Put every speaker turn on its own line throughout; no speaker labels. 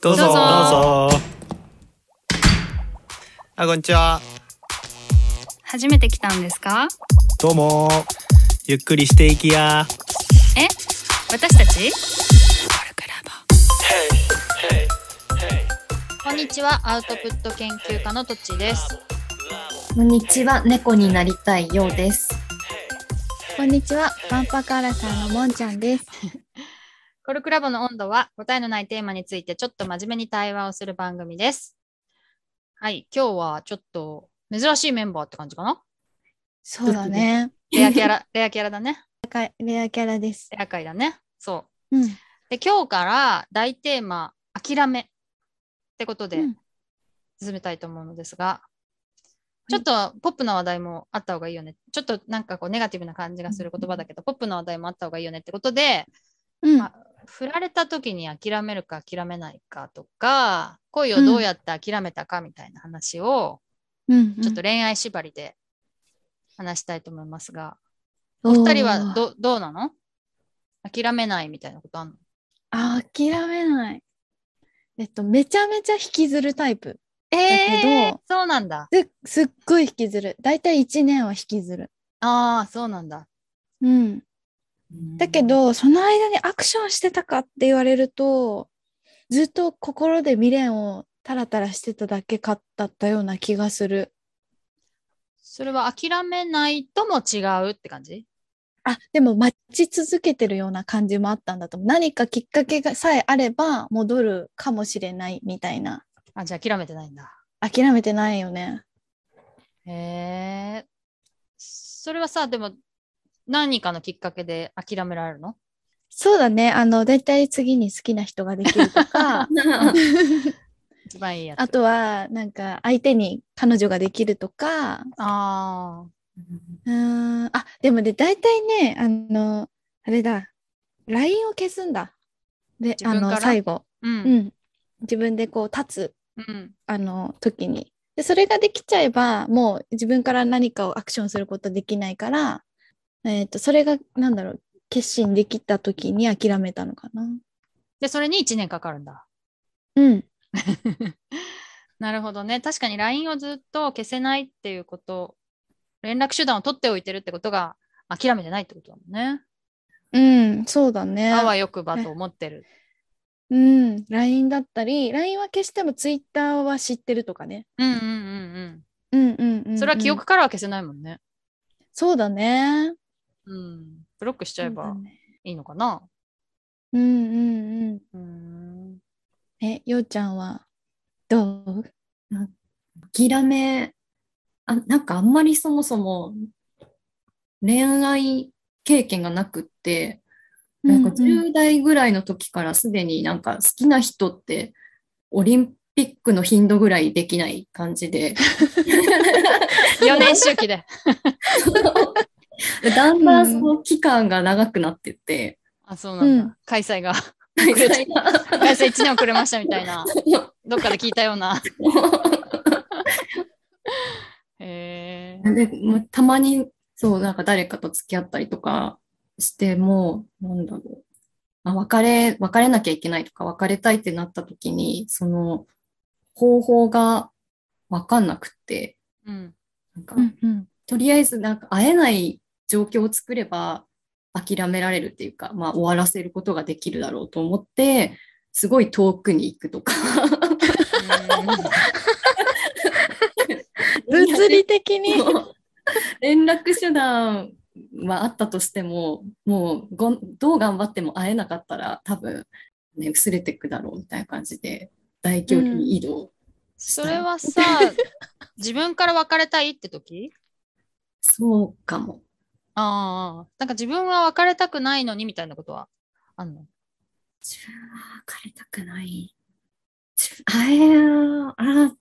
ど
どう
うぞ
ぞ
あこんにちは
初めて来たんですか
どうもゆっくりしていきや
え私たち
こんにちは、アウトプット研究家のとっちーです。
こんにちは、猫になりたいようです。
こんにちは、万博アラサーのもんちゃんです。
コルクラボの温度は答えのないテーマについてちょっと真面目に対話をする番組です。はい、今日はちょっと珍しいメンバーって感じかな
そうだね。
レアキャラ、レアキャラだね。
レアキャラです。
レア回だね。そう。
うん。
で今日から大テーマ「諦め」ってことで
うん
進めたいと思うのですが、ちょっとポップな話題もあった方がいいよねちょっとなんかこうネガティブな感じがする言葉だけど、ポップな話題もあった方がいいよねってことで、
うん。
あ振られた時に諦めるか諦めないかとか恋をどうやって諦めたかみたいな話を、
うん。
ちょっと恋愛縛りで話したいと思いますが、
お
お二人はどどうなの諦めないみたいなことあんの
あ、諦めない。えっと、めちゃめちゃ引きずるタイプ。
え
えー
ー、そうなんだ。
ですっごい引きずる。だいたい1年は引きずる。
ああ、そうなんだ。
うん。だけど、その間にアクションしてたかって言われると、ずっと心で未練をタラタラしてただけかだったような気がする。
それは諦めないとも違うって感じ
あ、でも待ち続けてるような感じもあったんだと思う。何かきっかけがさえあれば戻るかもしれないみたいな。
あ、じゃあ諦めてないんだ。
諦めてないよね。
へえ。それはさ、でも何かのきっかけで諦められるの
そうだね。あの、だいたい次に好きな人ができると か、
一番いいやつ。
あとは、なんか相手に彼女ができるとか、
あ
うーん、あ、でもで、だいたいね、あの、あれだ、LINE を消すんだ。で、
自
あ
分
の、
から
最後、
ー。う。
うんん。自分でこう立つ
うん。
あの時にでそれができちゃえばもう自分から何かをアクションすることできないから、えー、とそれがなんだろう決心できた時に諦めたのかな
で、それに1年かかるんだ。
うん
なるほどね。確かに LINE をずっと消せないっていうこと、連絡手段を取っておいてるってことが諦めてないってことだもんね。
うんそうだね
あわよくばと思ってる。
うん LINE だったり LINE は消しても Twitter は知ってるとかね
うんうんうん
うんうんうん、う、
うんん。それは記憶からは消せないもんね。
そうだね
うん、ブロックしちゃえ
そう
ば
だね
いいのかな。
うんうんう
うん。
んえようちゃんはどう
諦め、あ、なんかあんまりそもそも恋愛経験がなくって、なんか
うんうん
10代ぐらいの時からすでになんか好きな人ってオリンピックの頻度ぐらいできない感じで、
4年周期で。
だんだんその期間が長くなって って、
あ、そうなんだ。
うん
開催が、
みたいな
開催1年遅れましたみたい な、どっかで聞いたよう な。へえ。
で、まあたまに、そう、なんか誰かと付き合ったりとかしても、なんだろう。あ、別れ、別れなきゃいけないとか、別れたいってなった時に、その、方法がわかんなくって、
うん。
なんか、
うんうん
とりあえず、なんか会えない状況を作れば、諦められるっていうか、まあ、終わらせることができるだろうと思って、すごい遠くに行くとか。
物理的に
もう 連絡手段はあったとしても、もうごどう頑張っても会えなかったら、多分、ね、薄れていくだろうみたいな感じで、大距離移動、
それはさ、自分から別れたいって時
そうかも。
ああ。なんか自分は別れたくないのにみたいなことはあんの
自分は別れたくない。自分あえーあー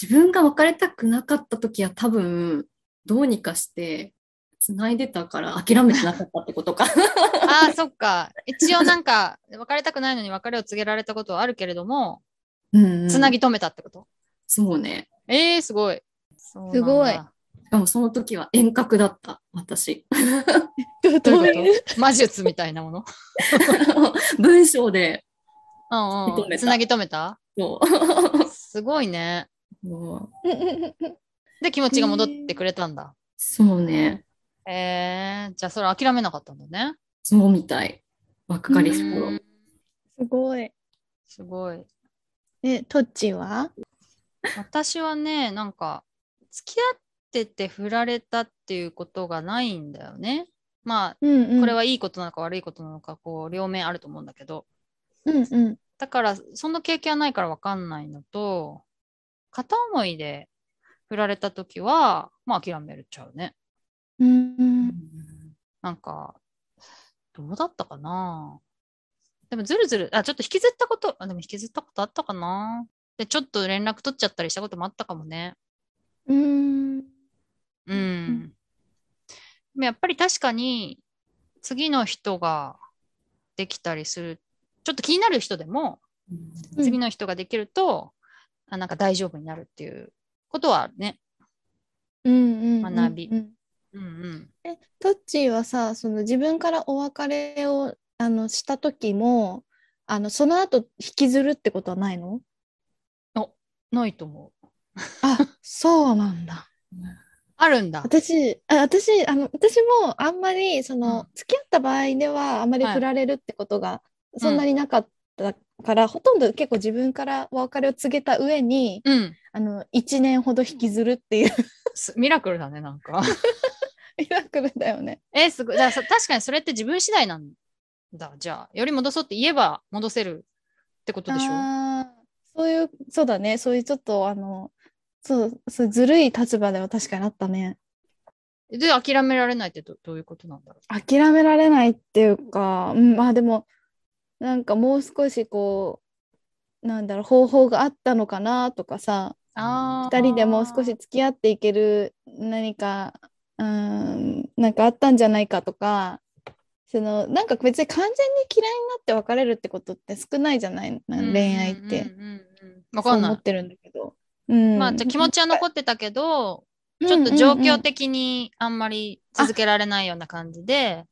自分が別れたくなかった時は多分、どうにかして、繋いでたから諦めてなかったってことか。
ああ、そっか。一応なんか、別れたくないのに別れを告げられたことはあるけれども、
うん
つなぎ止めたってこと
そうね。
ええすごい。
すごい
しかもその時は遠隔だった、私。
どう
どう
いう
いうこと魔術みたいなもの。
文章で
うん
止
うん。
めた
つなぎ止めた
そ
すごいね。
う。もう
で、気持ちが戻ってくれたんだ。
そうね。
えー、じゃあそれ諦めなかったんだね。
そうみたい。若かりし
う
頃
ん。
すごい。
すごい。
え、トッチーは
私はね、なんか、付き合ってて振られたっていうことがないんだよね。ま
うんう
あ、
ん。
これはいいことなのか悪いことなのか、こう、両面あると思うんだけど。
うんうん。
だから、その経験はないから分かんないのと、片思いで振られた時は、まあ諦めるっちゃうね。
うんうん。
なんか、どうだったかなでもずるずる、あ、ちょっと引きずったこと、あ、でも引きずったことあったかなで、ちょっと連絡取っちゃったりしたこともあったかもね。
う
う
ん。
ん。
うん
でもやっぱり確かに、次の人ができたりする、ちょっと気になる人でも、
うん
次の人ができると、あなんか大丈夫になるっていうことはね。
うんうん。
学び
うんう
う
ん
んうん。
え、トッチーはさ、その自分からお別れをあのした時も、あのその後引きずるってことはないの
ないと思う。
あ、そうなんだ。
あるんだ。
私、あ私、あの、私もあんまり、その、
うん
付き合った場合では、あんまり
はい
振られるってことが、そんなになかったから、ほとんど結構自分からお別れを告げた上に、
うん。
あの、1年ほど引きずるっていう
すミラクルだね、なんか。
ミラクルだよね。
え、すごい。だからさ確かにそれって自分次第なんだ。じゃあ、より戻そうって言えば戻せるってことでしょ
あーそういう、そうだね。そういうちょっと、あの、そう、そうずるい立場では確かにあったね。
で、諦められないってどどういうことなんだろ
諦められないっていうか、うん、まあでもなんかもう少しこうなんだろう方法があったのかなとか
う。
さ
あ
2人でもう少し。付き合っていける何かうんなんかあったんじゃないかとかそのなんか別に完全に嫌いになって別れるってことって少ないじゃないなん恋愛って。
わ
そう
かん
思
な
ってるんだけど。うん
い。まあ、じゃあ気持ちは残ってたけど、
ち
ちょっと状況的にあんまり続けられないような感じで。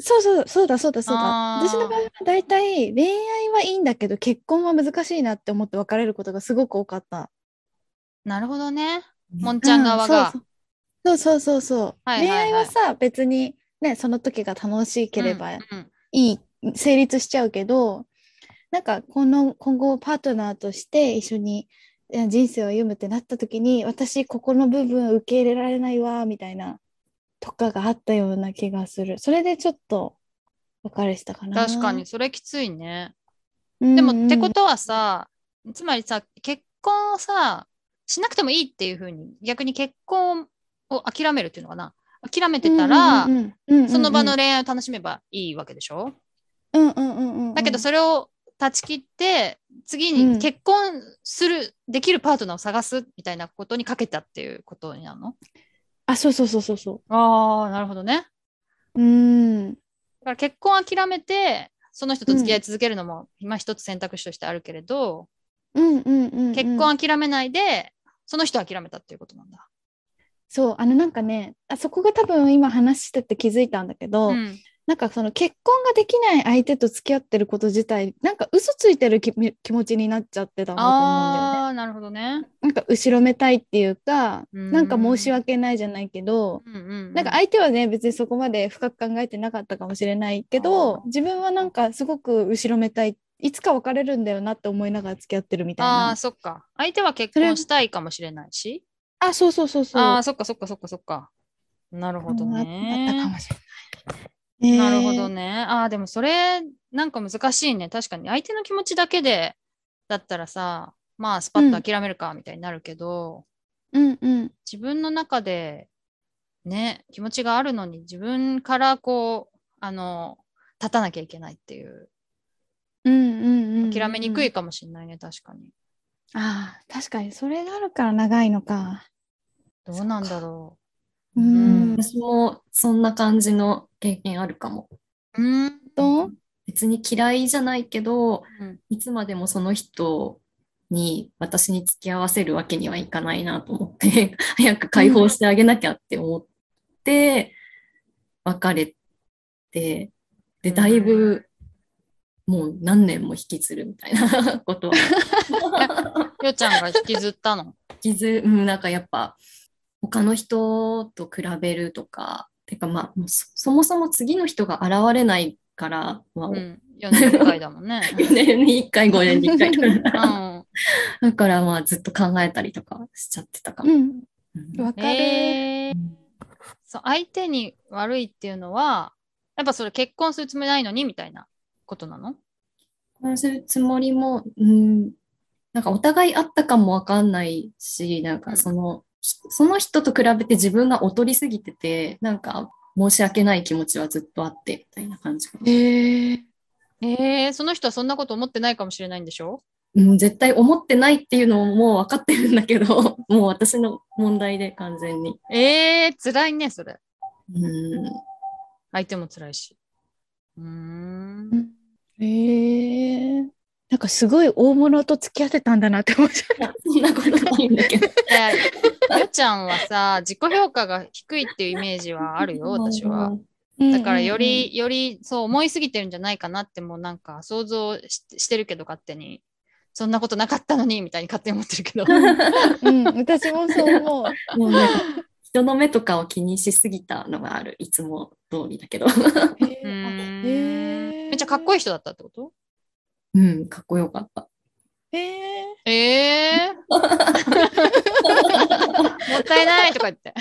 そうそう、そうだ、そうだ、そうだ。
あー
私の場合は大体恋愛はいいんだけど、結婚は難しいなって思って別れることがすごく多かった。
なるほどね。もんちゃん側が。
うんそうそうそうそうそう、
はいはいはい
恋愛はさ、別にね、その時が楽しければ
う
い
んうん
い、成立しちゃうけど、なんかこの今後パートナーとして一緒にえ人生を歩むってなった時に、私ここの部分受け入れられないわ、みたいな、とかがあったような気がする。それでちょっと別れしたかな。
確かに、それきついね。
で
でもってことはさ、つまりさ、結婚をさ、しなくてもいいっていうふうに、逆に結婚を諦めるっていうのかな。諦めてたら、その場の恋愛を楽しめばいいわけでしょ、だけどそれを断ち切って、次
うん
に結婚する、できるパートナーを探すみたいなことにかけたっていうことになるの
あそうそうそうそうそ
ああ、なるほどね。
ううん
だから結婚を諦めて、その人と付き合い続けるのも、今一つ選択肢としてあるけれど、
うんうんうんうん
結婚諦めないで、その人を諦めたっていうことなんだ。
そうあのなんかねあそこが多分今話してて気づいたんだけど、
うん
なんかその結婚ができない相手と付き合ってること自体なんか嘘ついてる気気持ちになっちゃってたなと思うんだよね
ああー、なるほどね。
なんか後ろめたいっていうか
うん
なんか申し訳ないじゃないけど、
うんうんうん、
なんか相手はね別にそこまで深く考えてなかったかもしれないけど自分はなんかすごく後ろめたいいつか別れるんだよなって思いながら付き合ってるみたい
あ
な
あ、そっか。相手は結
それ
婚したいかもしれないし。
あそうそうそうそう
ああ、そっかそっかそっかそっか。なるほど
あったか
ね
も。しれない、
なるほど
ね
ね。ああ、でもそれ、なんか難しいね。確かに。相手の気持ちだけで、だったらさ、まあ、スパッと諦めるか、みたいになるけど、
うんうん
自分の中で、ね、気持ちがあるのに、自分からこう、あの、立たなきゃいけないっていう、
うんうんうん
諦めにくいかもしれないね、確かに。
あー確かにそれがあるから長いのか
どうなんだろ
う
うん
ん
私もそんな感じの経験あるかも。
う。うん。
と
別に嫌いじゃないけど、
うん
いつまでもその人に私に付き合わせるわけにはいかないなと思って、 早く解放してあげなきゃって思って、別れて、で、だいぶもう何年も引きずるみたいな ことは。
よちゃんが引きずったの。
引きずうん、なんかやっぱ、他の人と比べるとか、てかまあ、もうそそもそも次の人が現れないから、まあ、
うん。4年に1回だもんね。
4年に1回、5年に1回だ
う
から。
ん。
だからまあ、ずっと考えたりとかしちゃってたか
う
も。
ん、
うん
わかる。
えー、そう相手に悪いっていうのは、やっぱそれ結婚するつもりないのにみたいなことなの
こうするつもりも、うん、なんかお互いあったかもわかんないし、なんかその、その人と比べて自分が劣りすぎてて、なんか申し訳ない気持ちはずっとあって、みたいな感じかな。
え
えー、その人はそんなこと思ってないかもしれないんでしょ
うん、絶対思ってないっていうのももう分かってるんだけど、もう私の問題で完全に。
えー、辛いね、それ。
うん、
相手も辛いし。うーん。
えーなんかすごい大物と付き合ってたんだなって思っちゃっ
そんなことないんだけ ど。
でよちゃんはさ、自己評価が低いっていうイメージはあるよ、私は。。
た。
だからより、よりそう思いすぎてるんじゃないかなってもうなんか想像ししてるけど勝手に。そんなことなかったのにみたいに勝手に思ってる けど。
うん、うん私もそう思 う。
もうなんか人の目とかを気にしすぎたのがある。いつも通りだけど。
え
うーん
えー
めっちゃかっこいい人だったってこと
うん、かっこよかった。
ええ
ええ ーもったいないとか言って。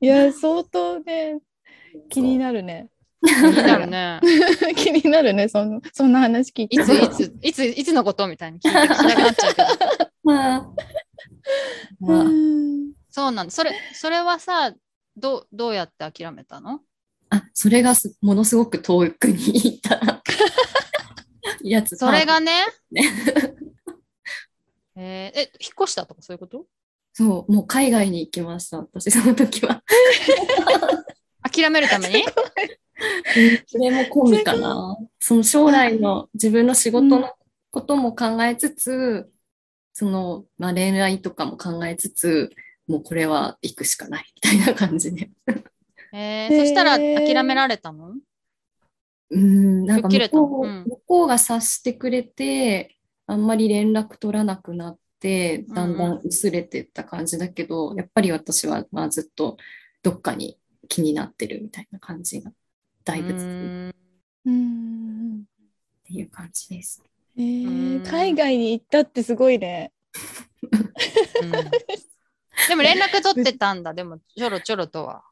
いや、相当ね、気になるね。
気になるね。
気になるね、その、そんな話聞いて。
いつ、いつ、いつ、いつのことみたいに聞いて聞きたくなっちゃうけど。
まあ、まあ
うん
そうなんだ。それ、それはさ、どう、どうやって諦めたの
あ、それがすものすごく遠くにいた やつ。
それ
ま
が
あ
ね
ね。
えーえ、引っ越したとかそういうこと
そう、もう海外に行きました、私、その時は。
諦めるために
それも込みかな。その将来の自分の仕事のことも考えつつ、その、まあ、恋愛とかも考えつつ、もうこれは行くしかないみたいな感じで。
え
へ
ー、
ー
そしたら諦められたの
うん、なんか
吹っ切れ
向
た
こ
う
う,、
ん
向こうが察してくれて、あんまり連絡取らなくなって、だんだん薄れてった感じだけど、やっぱり私はまあずっとどっかに気になってるみたいな感じが、だ
う
いぶつく
ー
っ
ん
うん。
ていう感じです。
え
うん
ー、海外に行ったってすごいね。
うんでも連絡取ってたんだ、でもちょろちょろとは。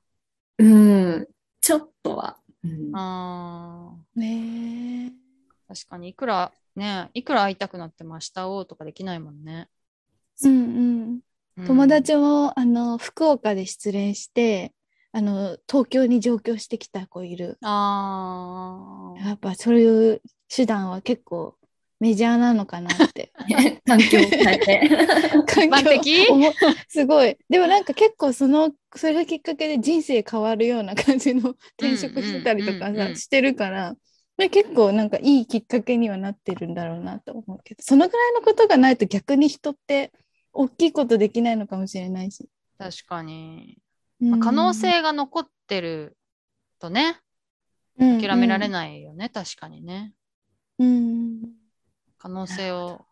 うん、ちょっとは。うん
あー
ね
確かにいくらね、いくら会いたくなっても明日会おうとかできないもんね。
え。うん
う
うんん。友達も、あの、福岡で失恋して、あの、東京に上京してきた子いる。
あー
やっぱそういう手段は結構メジャーなのかな って。
環境を変えて。
環
万璧
おもすごい。でもなんか結構そのそれがきっかけで人生変わるような感じの転職してたりと
う
か
んうんうんうん
さしてるから。で結構なんかいいきっかけにはなってるんだろうなと思うけどそのぐらいのことがないと逆に人って大きいことできないのかもしれないし、
確かに。まあ可能性が残ってるとね、諦められ
い、
ないよね、確かにね。
うんうん、
可能性を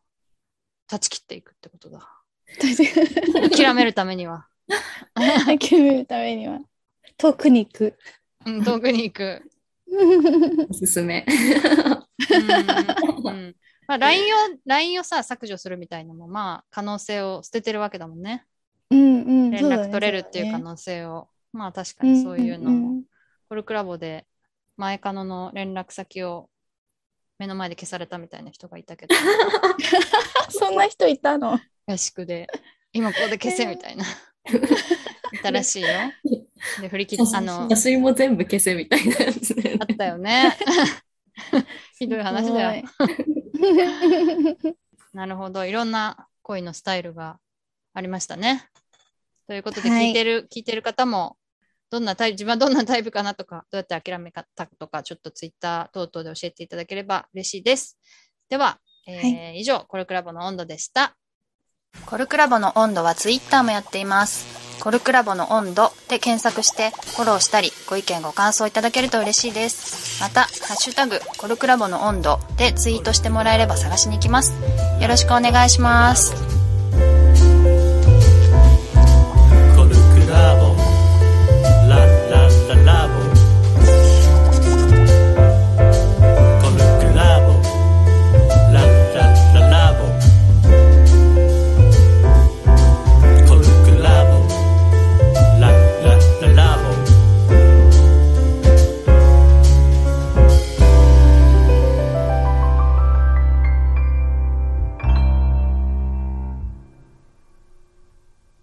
断ち切っていくってことだ。
確か
諦めるためには。
に諦めるためには遠くに行く
うん、遠くに行く。
おすすめ。
うんうんうんまあ、LINE を、LINE をさ、削除するみたいなのも、まあ、可能性を捨ててるわけだもんね。
うんうん
連
そうだね
絡取れるっていう可
そだね
能性を。まあ、確かにそういうの
んん
も。
ん
コルクラボで、前カノの連絡先を目の前で消されたみたいな人がいたけ ど、
あそんな人いたの
合宿で、今ここで消せみたいな。いたらしいよ。で、振り切っあの
写、真も全部消せみたいなやつで
あったよね。 ひどい話だよ。
よ。
なるほど。いろんな恋のスタイルがありましたね。ということで、
はい
聞いてる、聞いてる方も、どんなタイプ、自分はどんなタイプかなとか、どうやって諦めたとか、ちょっとツイッター等々で教えていただければ嬉しいです。では、えー以上、コルクラボの温度でした。
コルクラボの温度はツイッターもやっています。
コルクラボの温度で検索してフォローしたりご意見ご感想いただけると嬉しいです。また、ハッシュタグコルクラボの温度でツイートしてもらえれば探しに行きます。よろしくお願いします。